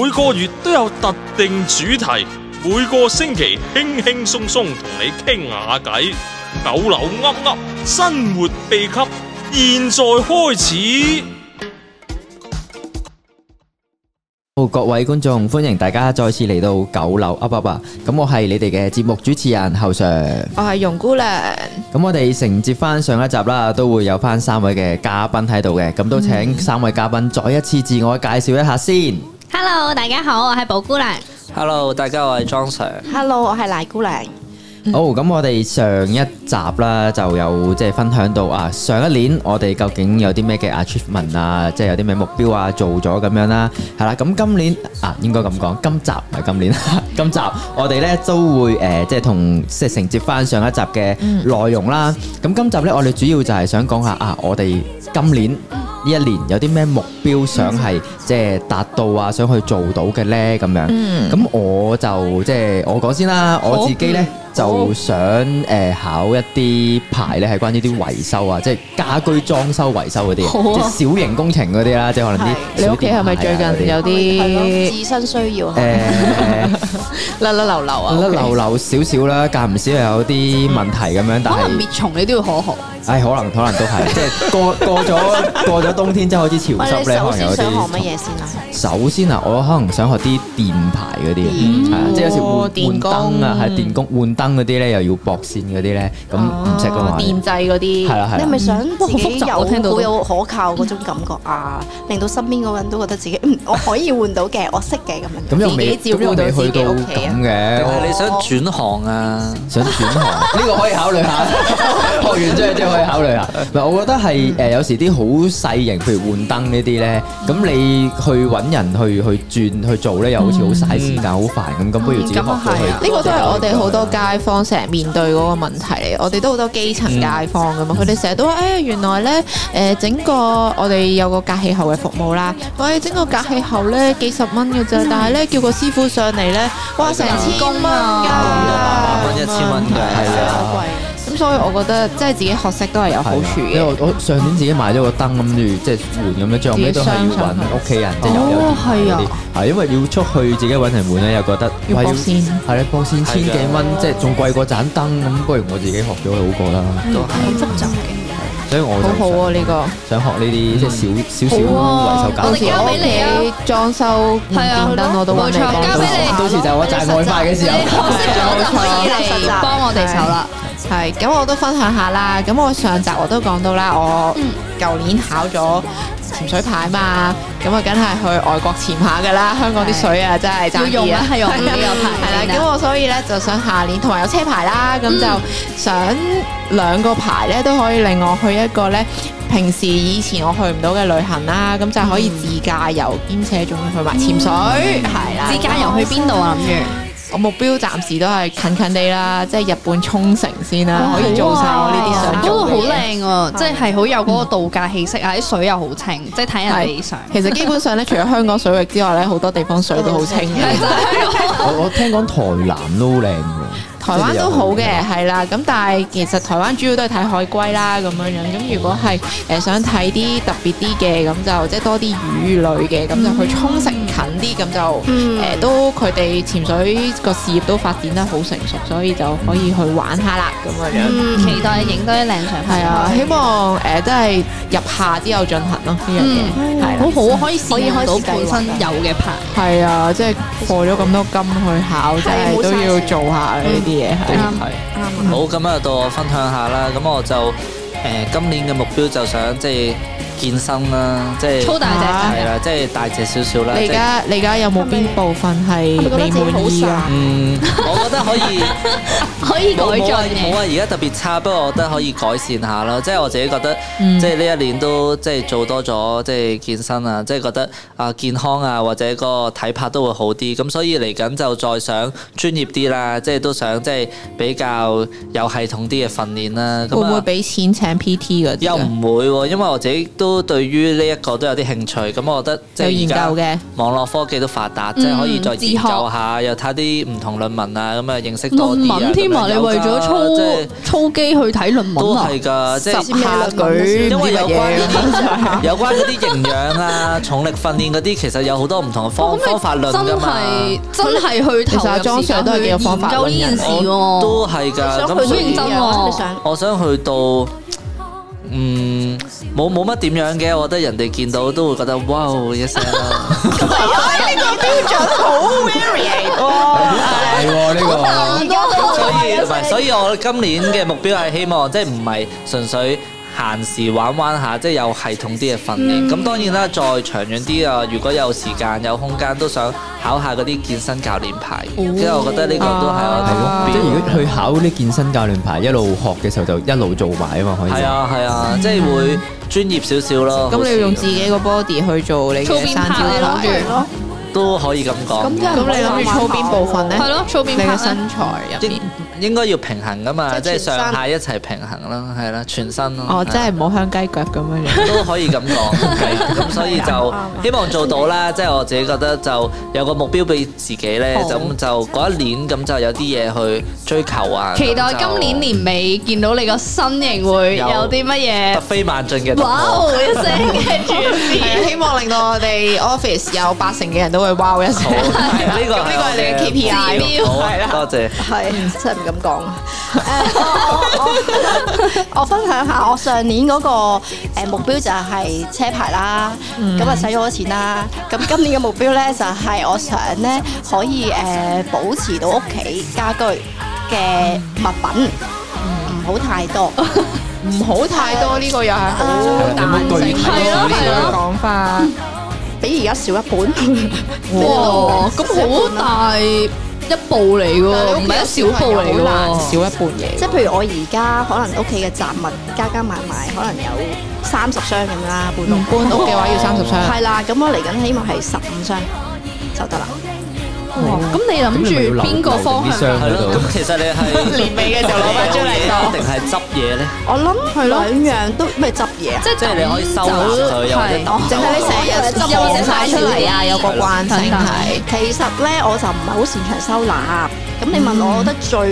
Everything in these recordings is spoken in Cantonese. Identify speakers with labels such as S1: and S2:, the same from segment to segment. S1: 每個月都有特定主題，每個星期輕輕鬆鬆同你傾下偈，九樓噏噏生活秘笈，現在開始。
S2: 好，各位觀眾，歡迎大家再次嚟到九樓 Up Up 啊！咁我係你哋嘅節目主持人侯 Sir。
S3: 我係容姑娘，
S2: 咁我哋承接翻上一集啦，都會有翻三位嘅嘉賓喺度嘅，咁都請三位嘉賓再一次自我介紹一下先。
S4: Hello，大家好，我係寶姑娘。
S5: Hello，大家好，我係莊 Sir。
S3: Hello，我係賴姑娘，
S2: 好，咁我哋上一集啦，就有即係分享到啊，上一年我哋究竟有啲咩嘅 achievement 啊，即係有啲咩目標啊，做咗咁樣啦，係啦，咁今年啊，應該咁講，今集唔係今年， 今集我哋咧都會誒、呃即係同即係承接翻上一集嘅內容啦。咁、今集咧，我哋主要就係想講下啊，我哋今年。呢一年有啲咩目標想係即係達到啊，想去做到嘅呢？咁樣，
S3: 嗯
S2: 咁、我就即係我講先啦，我自己呢，就想誒、呃考一啲牌咧，係關於啲維修啊，即係家居裝修維修嗰啲，
S3: 好啊
S2: 即係小型工程嗰啲啦，即係可能啲啊
S3: 你屋企係咪最近有啲呃
S4: 自身需要
S2: 誒
S3: 甩甩流流啊？
S2: 甩流流少少啦，間唔少又有啲問題咁樣，但
S3: 可能
S2: 係
S3: 滅蟲你都要可學，
S2: 唉，可能可能都係即係過過咗過咗冬天之後開始潮 濕咧，可能有啲
S4: 嘢先啊？
S2: 首先啊，我可能想學啲電牌嗰啲，係啊，即係有時換
S3: 嗯哦電工
S2: 換燈啊，係電工換燈嗰啲咧，又要駁線嗰啲咧，咁唔識噶嘛，
S3: 哦電掣嗰
S2: 係
S3: 啲，
S2: 啦係
S6: 你係
S2: 啦
S6: 咪，想自己
S3: 嗯哇好複雜我
S6: 有
S3: 聽到都
S6: 好有可靠嗰種感覺啊？令到身邊嗰個人都覺得自己嗯我可以換到嘅，我識嘅咁樣。
S2: 咁又未
S3: 自己
S2: 咁
S3: 照顧
S2: 又
S3: 到
S2: 未
S3: 自
S2: 去
S3: 己
S2: 到
S3: 屋企啊
S2: 咁嘅
S5: 定，係
S2: 我
S5: 你想轉行啊？
S2: 想轉 行呢個可以考慮下， 學完之後即係可以考慮下。嗱，我覺得係
S3: 嗯
S2: 誒有時啲好細型，譬如換燈呢啲咧，咁你去揾人去去轉去做咧，又好似好嘥時間，好煩咁，咁不如自己學
S3: 咁啊
S2: 到
S3: 係啊！
S2: 去。
S3: 呢個都係我哋好多街坊成日面對嗰個問題嚟，我哋都好多基層街坊
S5: 嗯
S3: 噶嘛，佢哋成日都話誒原來咧誒整個我哋有個隔氣喉嘅服務啦，喂整個隔氣喉咧幾十蚊嘅
S5: 嗯
S3: 啫，但係咧叫個師傅上嚟咧，哇成千蚊㗎，
S5: 八百蚊一千蚊嘅，係啊。
S6: 好貴，
S3: 咁所以我覺得即係自己學識都係有好處
S2: 啊因為
S3: 嘅。
S2: 我我上年自己買咗個燈，諗住即係換咁樣，最後尾都係要揾屋企人，即係有有
S3: 哦係啊
S2: 啲係因為要出去自己揾人換咧，又覺得
S3: 要
S2: 喂
S3: 博線
S2: 係啦，博線
S3: 啊
S2: 千幾蚊，即係仲貴過盞燈咁，不如我自己學咗佢好過啦。
S6: 好複雜嘅。
S2: 所以我
S3: 嗯好好啊！
S2: 就
S3: 呢個
S2: 想想學呢啲即係少少少
S5: 啊
S2: 維修搞
S3: 到
S4: 我哋
S3: 時
S4: 交
S3: 我
S4: 俾
S3: 屋
S4: 你啊
S3: 企裝修換電燈我都揾你
S4: 係啊冇錯交俾
S3: 幫
S4: 你
S2: 到
S3: 手
S2: 時就我賺外快嘅時候
S4: 你。學識咗就可以嚟幫我哋手啦。
S3: 係咁，我都分享下啦。咁我上集我都講到啦，我
S4: 嗯
S3: 舊年考咗潛水牌嘛，咁啊，梗係去外國潛下噶啦。香港啲水啊，真係爭
S4: 要
S3: 啲
S4: 用
S3: 啊
S4: 啊，係用呢個牌
S3: 係啦，
S4: 先得
S3: 咁我所以咧就想下年同埋有車牌啦，咁
S4: 嗯
S3: 就想兩個牌咧都可以令我去一個咧平時以前我去唔到嘅旅行啦，咁就可以自駕遊，兼且仲要去埋潛
S4: 嗯
S3: 水，係啦。
S4: 自駕遊去邊度啊？諗住
S3: 我目標暫時都係近近地啦，即係日本沖繩先啦，啊可以做晒我呢啲想
S4: 嗰
S3: 做
S4: 個哦好
S3: 嘅嘢。
S4: 靚啊喎，即係好有嗰個度假氣息啊！啲水又好清，即係睇人哋 相。
S3: 其實基本上咧，除咗香港水域之外咧，好多地方水都好清嘅。
S4: 啊
S2: 我我聽講台南都好靚喎，
S3: 台灣都好嘅，係啦。咁但係其實台灣主要都係睇海龜啦，咁樣樣。咁如果係誒想睇啲特別啲嘅，咁就即係多啲魚類嘅，咁
S4: 嗯
S3: 就去沖繩近啲，咁就誒都佢哋潛水個事業都發展得好成熟，所以就可以去玩下啦，咁樣樣。
S4: 期待影多啲靚相。
S3: 係啊，希望誒都係入夏之後進行咯呢樣嘢，係啊啦，
S4: 嗯好好啊可以試
S6: 可以開始
S4: 到
S6: 計劃
S4: 本身有嘅牌。
S3: 係啊，即係過咗咁多金去考，真係
S6: 冇
S3: 都
S6: 嘥
S3: 要
S6: 時間
S3: 做下呢啲嘢
S5: 嗯
S3: 係。
S5: 係。好，咁啊，到我分享下啦。咁我就誒今年嘅目標就想即係健身啦，即係
S4: 粗大隻
S3: 啊
S5: 係啦，即係大隻少少啦。
S3: 你而
S5: 即係
S3: 家你而家有冇邊部分係
S6: 咪覺得
S3: 你
S6: 自己好
S3: 滿意啊
S6: 散？
S5: 嗯，我覺得可以。
S4: 可以改
S5: 冇冇啊
S4: 進
S5: 冇
S4: 嘅。
S5: 啊！而家特別差，不過我覺得可以改善下咯。即係我自己覺得，
S3: 嗯
S5: 即係呢一年都即係做多咗，即係健身啊，即係覺得啊健康啊，或者個體魄都會好啲。咁所以嚟緊就再想專業啲啦，即係都想即係比較有系統啲嘅訓練啦。咁
S3: 會唔會
S5: 啊，
S3: 俾錢請 PT 嗰啲啊
S5: 又
S3: 㗎？
S5: 唔會喎，因為我自己都都對於呢一個都有啲興趣。咁我覺得即
S3: 有研究
S5: 係而家
S3: 嘅，
S5: 網絡科技都發達，
S4: 嗯
S5: 即係可以再研究下，又睇啲唔同論文啊，咁啊認識多
S4: 論
S5: 啲啊
S4: 文添啊！
S5: 咁樣
S4: 你為咗
S5: 有㗎即
S4: 操
S5: 係
S4: 操機去睇論
S5: 都
S4: 文啊？
S5: 係㗎，即係
S6: 咩
S3: 下
S6: 論文啊
S3: 舉
S5: 因為有關
S3: 乜
S5: 呢
S3: 嘢
S5: 啲有關嗰啲營養啊、 重力訓練嗰啲，其實有好多唔同嘅
S4: 哇
S5: 方
S4: 咁你
S5: 方法論
S4: 真
S5: 㗎嘛。
S4: 係真係去
S3: 其實
S4: 投
S3: 阿
S4: 入
S3: 莊
S4: 時間
S3: Sir 都係幾
S4: 去
S3: 有
S4: 研
S3: 方法
S4: 究呢
S3: 論
S4: 件事
S5: 我
S4: 喎。
S5: 都係㗎，
S6: 想
S5: 咁
S6: 去
S5: 所
S6: 到
S5: 以
S4: 認真喎
S6: 你想
S5: 我想去到，嗯，冇冇乜點樣嘅，我覺得人哋見到都會覺得哇一聲啦。
S3: 哎哦
S2: 係喎呢
S3: 啊
S2: 個。
S4: 哦
S5: 所以唔係，所以我今年嘅目標係希望即係唔係純粹。閒時玩玩下，即係有系統啲嘅訓練。咁、當然啦，再長遠啲啊，如果有時間有空間，都想考下嗰啲健身教練牌。因為我覺得呢個都係
S2: 係咯，
S5: 我嘅目標。
S2: 即係如果去考啲健身教練牌，一路學嘅時候就一路做埋啊嘛，可以。
S5: 係啊係啊，即係會專業少少咯。
S3: 咁你要用自
S5: 好似
S3: 己個 body 去做你
S4: 操
S3: 嘅
S4: 邊
S3: 生
S4: 拍你
S3: 招
S4: 諗
S3: 牌。
S4: 住
S5: 都可以咁講。
S6: 咁真係
S3: 咁你諗住操邊部分咧？
S4: 係咯，操邊
S3: 你
S4: 拍
S3: 嘅
S4: 咧？
S3: 身材入
S5: 應
S3: 面。
S5: 應該要平衡噶嘛，即係
S6: 即係全身
S5: 上下一齊平衡啦，係啦，全身咯。
S3: 哦，
S5: 係
S3: 即係唔好香雞腳咁樣樣。
S5: 都可以咁 講，咁所以就
S3: 啊
S5: 希望做到啦。即係我自己覺得就有個目標俾自己咧，咁就嗰一年咁就有啲嘢去追求啊。
S4: 期待
S5: 咁就
S4: 今年年尾見到你個身形會
S5: 有
S4: 有啲乜
S5: 突飛猛進嘅
S4: 嘢？
S5: 突
S4: 哇
S5: 破！
S4: 哦！一聲嘅轉變。
S3: 係啊，希望令到我哋 office 有八成嘅人都會 wow 一
S5: 好
S3: 聲。
S5: 係呢個
S3: 咁呢個係你嘅 KPI
S5: 目標好啊多謝。
S6: 係真係唔敢講。誒我 我我我分享下我上年嗰個誒目標就係車牌啦，咁啊使咗好多錢啦。咁今年嘅目標咧就係我想咧可以誒保持到屋企家居嘅物品唔好太 多。
S3: 唔好太多呢個又係好啊
S2: 係啦
S3: 彈
S2: 有冇具
S3: 性
S2: 體
S4: 係咯
S3: 呢
S4: 係
S3: 個
S4: 咯
S3: 講法。
S6: 比而家少一半。
S4: 哇！咁好大一步嚟嘅喎，唔係一小步嚟嘅
S3: 少
S4: 喎。
S3: 一半嘢。
S6: 即係譬如我而家可能屋企嘅雜物加加埋埋，可能有三十箱咁啦，半
S3: 唔
S6: 屋
S3: 搬屋嘅話要三十箱。
S6: 係啦，咁我嚟緊希望係十五箱就得啦。
S4: 咁你諗
S2: 咁你咪
S4: 住
S2: 要留
S4: 邊個方
S2: 留定啲
S4: 向？
S2: 箱
S5: 係
S2: 喺
S5: 咯，
S2: 度
S5: 咁其實你係
S3: 年尾嘅時候攞返出嚟講
S5: 定係執嘢咧？
S6: 我諗兩樣都咩執嘢啊？哦
S5: 即係你可以收下
S4: 走
S5: 佢，又或者
S4: 係哦
S5: 抌
S6: 淨係你成日執
S3: 又
S6: 嘢
S3: 整晒出嚟啊，有個慣性係。
S6: 其實咧，我就唔係好擅長收納。咁你問我，我覺得最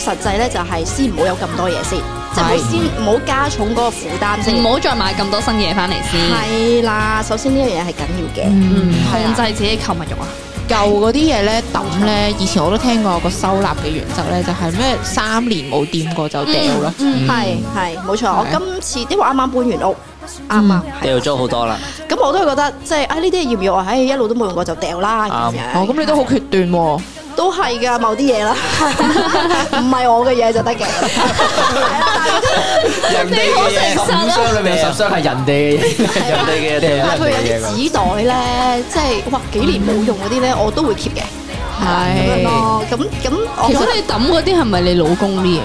S6: 實際咧就係先唔好有咁多嘢先，即係唔好先唔好加重嗰個負擔先
S4: 唔。好再買咁多新嘢翻嚟先，
S6: 係啦，首先呢樣嘢係緊要嘅。
S3: 嗯，係
S4: 控
S3: 啊，
S4: 制自己嘅購物欲啊！
S3: 舊嗰啲嘢咧抌咧，以前我都聽過有個收納嘅原則咧，就係咩三年冇掂過
S4: 嗯
S3: 就掉咯。
S6: 係係冇錯，我今次因為啱啱搬完屋，啱啱係
S5: 掉咗好多啦。
S6: 咁我都係覺得即係啊呢啲嘢要唔要啊？唉一路都冇用過就掉啦咁
S5: 啱
S6: 樣。
S3: 哦，咁你都好決斷喎。
S6: 都係㗎，某啲 嘢啦，唔係我嘅嘢就得嘅。係啦
S2: 人哋嘅嘢，
S5: 啊
S2: 十五箱裏面
S3: 啊
S2: 有十箱係人哋嘅嘢，
S5: 人哋嘅嘢
S6: 但係譬如有
S2: 人哋嘅嘢
S6: 啲紙袋咧，即係哇幾年冇用嗰啲咧，我都會 keep 嘅。咁樣
S3: 係。
S6: 咯，咁咁
S4: 其
S6: 我
S4: 實你抌嗰啲係咪你老公啲嘢？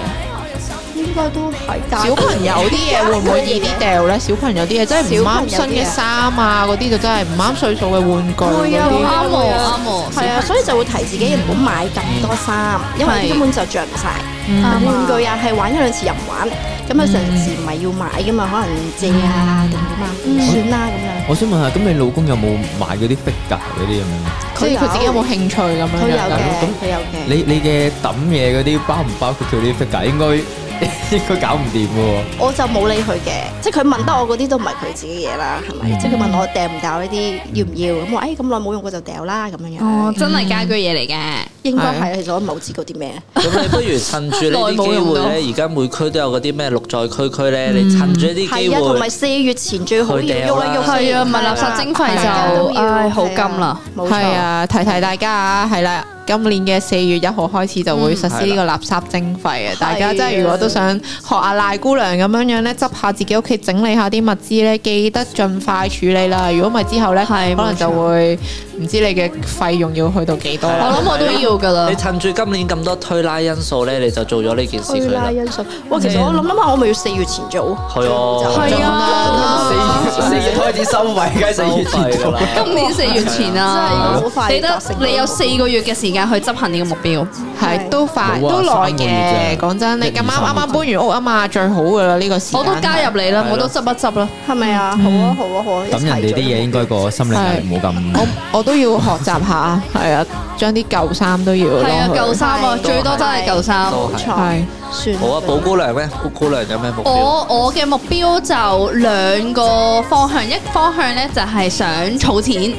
S6: 應該都係㗎。
S3: 小朋友啲嘢會唔會易啲掉咧？小朋友啲嘢真係唔啱身嘅衫啊，嗰啲就真係唔啱歲數嘅玩具
S6: 會啊
S3: 嗰
S6: 會
S3: 啲。
S6: 啊
S4: 啱喎啱喎
S6: 係啊，所以就會提自己唔好買咁多衫，因為
S4: 係
S6: 根本就着唔晒。
S3: 嗯
S6: 玩具又係玩一兩次又唔玩，咁啊成時唔係要買㗎嘛，可能借啊定點啊，算啦咁樣。
S2: 我想問下，咁你老公有冇買嗰啲 figure 嗰啲咁樣？
S3: 即係佢自己有冇興趣咁
S6: 佢
S3: 樣啊
S6: 有
S3: 樣
S6: 嘅
S3: 㗎？，
S6: 佢有嘅。
S2: 你你嘅抌嘢嗰啲包唔包括佢啲 figure？應該 應該搞唔掂喎。
S6: 我就冇理佢嘅，即係佢問得我嗰啲都唔係佢自己嘢啦，係咪？即係佢問我掉唔掉呢啲，要唔要？咁我誒咁耐冇用過就掉啦，咁樣樣。
S4: 哦，真係家居嘢嚟嘅。
S6: 應該係，其實我都冇知嗰啲咩。
S5: 咁你不如趁住呢啲 機會咧，而家每區都有嗰啲咩綠在區區咧，你趁住呢啲機
S6: 係啊，同埋
S5: 會，
S6: 四月前最好要
S5: 去
S6: 喐
S5: 掉啦
S6: 一喐先。
S4: 係啊，咪垃圾徵
S6: 大家都
S4: 費就
S6: 要
S4: 唉好
S6: 係啊
S4: 金啦。
S6: 冇
S3: 係
S6: 錯。
S3: 啊，提提大家啊，係啦，今年嘅四月一號開始就會實施呢個垃圾徵費啊嘅，大家真係如果都想學阿賴姑娘咁樣樣咧，執下自己屋企整理下啲物資咧，記得盡快處理啦。如果唔係之後咧，可
S4: 係
S3: 能就會唔知你嘅費用要去到幾多
S4: 我
S3: 啦。
S4: 諗我都要道㗎啦
S5: 你。趁住今年咁多推拉因素咧，你就做咗呢件事
S6: 去
S5: 佢
S6: 啦
S5: 啦。
S6: 因素。哇，其實我諗諗下，我咪要四月前做。
S5: 係啊，
S4: 係啊，
S2: 四月四月開始收費，梗係四月前
S5: 㗎
S2: 做
S5: 啦。
S4: 今年四月前
S6: 真
S4: 啊
S6: 係好，快
S4: 你得
S6: 達成
S4: 你有四個月嘅時間去執行你嘅目標。
S3: 係都快
S2: 冇啊
S3: 都耐
S2: 三個月
S3: 嘅，
S2: 啫
S3: 講真，你咁啱
S2: 一二三個
S3: 啱啱
S2: 月
S3: 搬完屋啊嘛，最好噶啦呢個時間。
S4: 我都加入你啦，我都執一執啦。
S6: 係咪啊？好啊，好啊，好啊！一齊
S2: 咁人哋啲嘢應該個心理壓力冇咁。
S3: 我我都要學習下，係啊，將啲舊衫都要
S4: 係啊，
S3: 攞去
S4: 舊衫啊，
S6: 係
S4: 最多真係舊衫。
S5: 都
S6: 做
S5: 係。
S6: 錯
S3: 係
S6: 算啦
S5: 好啊，寶姑娘咧，寶姑娘有咩目標？
S4: 我我嘅目標就兩個方向，一方向咧就係想儲錢，係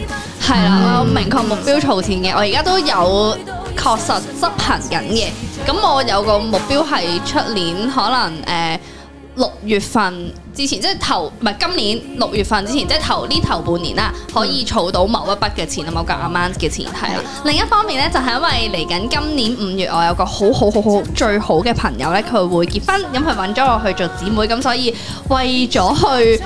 S5: 嗯
S4: 啦，我明確目標儲錢嘅，我而家都有確實執行緊嘅。咁我有個目標係出年可能誒。呃六月份之前，即係頭唔係今年六月份之前，即係頭呢頭半年啦，可以儲到某一筆嘅錢啊，某個 amount 嘅錢係啦。另一方面咧，就係、因為嚟緊今年五月，我有個好好好好最好嘅朋友咧，佢會結婚，咁佢揾咗我去做姊妹，咁所以為咗去。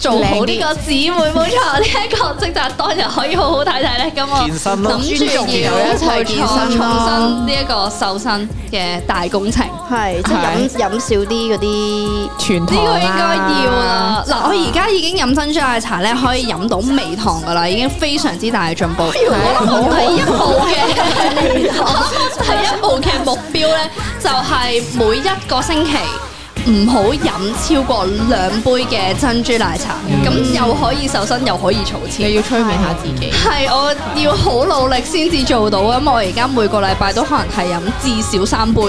S4: 做好呢個姊妹冇錯，呢一個職責當然可以好好睇睇咧。咁我
S5: 健身咯
S4: 諗住
S3: 尊重啊
S4: 要
S3: 有一齊
S4: 去
S3: 健身
S4: 重
S3: 啦
S4: 新呢一個瘦身嘅大工程。
S6: 係即係飲飲少啲嗰啲。
S3: 全啊
S4: 呢
S3: 糖
S4: 個應該要
S3: 啦。
S4: 啦。嗱，我而家已經飲珍珠奶茶咧，可以飲到微糖噶啦，已經非常之大嘅進步。我諗我第一步嘅，我諗我第一步嘅目標咧，就係每一個星期。唔好飲超過兩杯嘅珍珠奶茶，咁、又可以瘦身又可以儲錢
S3: 你。要催眠下自己，
S4: 係，我要好努力先至做到，咁我而家每個禮拜都可能係飲至少三杯，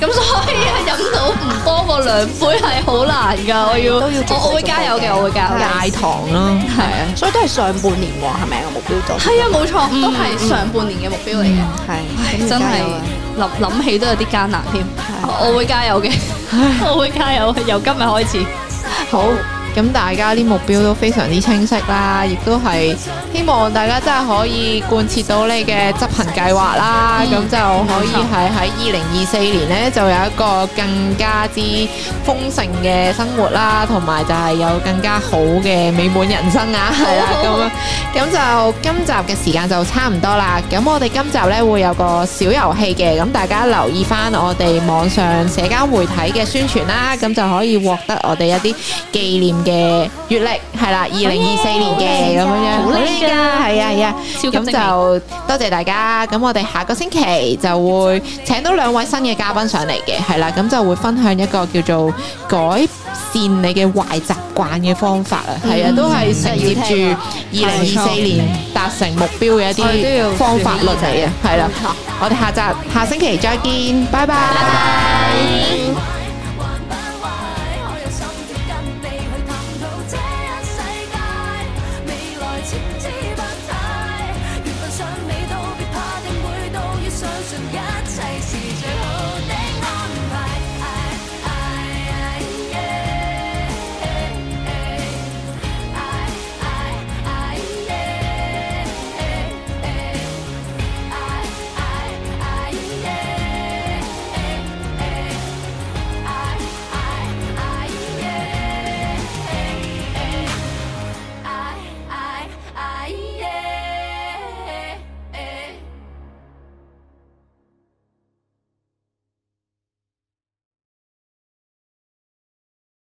S4: 咁所以係飲到唔多過兩杯係好難㗎，我要
S6: 都要做
S4: 我我會加油嘅，我會加油嘅，
S3: 戒糖啦，
S4: 係啊，
S6: 所以都係上半年喎，係咪啊？個目標就
S4: 係啊，冇錯，都係上半年嘅目標嚟嘅，唉
S6: 係
S4: 真係
S6: 係
S4: 諗諗起都有啲艱難添，我我會加油嘅， 我會加油，由今日開始。
S3: 好。咁大家啲目標都非常之清晰啦，亦都係希望大家真係可以貫徹到你嘅執行計劃啦，咁、就可以係喺二零二四年呢，就有一個更加之豐盛嘅生活啦，同埋就係有更加好嘅美滿人生啊，係啦咁樣。咁就今集嘅時間就差唔多啦。咁我哋今集呢會有個小遊戲嘅，咁大家留意翻我哋網上社交媒體嘅宣傳啦，咁就可以獲得我哋一啲紀念嘅月曆，係啦，二零二四年嘅咁樣樣，
S4: 好靚㗎
S3: 㗎，係啊係啊。
S4: 超級
S3: 咁
S4: 精美
S3: 就多謝大家。咁我哋下個星期就會請到兩位新嘅嘉賓上嚟嘅，係啦，咁就會分享一個叫做改善你嘅壞習慣嘅方法啊，係啊，都係承接住二零二四年達成目標嘅一啲方法論嚟嘅，係啦。我哋下集下星期再見，拜拜
S7: 還不快，我有心的跟你去探討這一世界，未來千姿百態。緣分上你都別怕，定會到，要相信一切是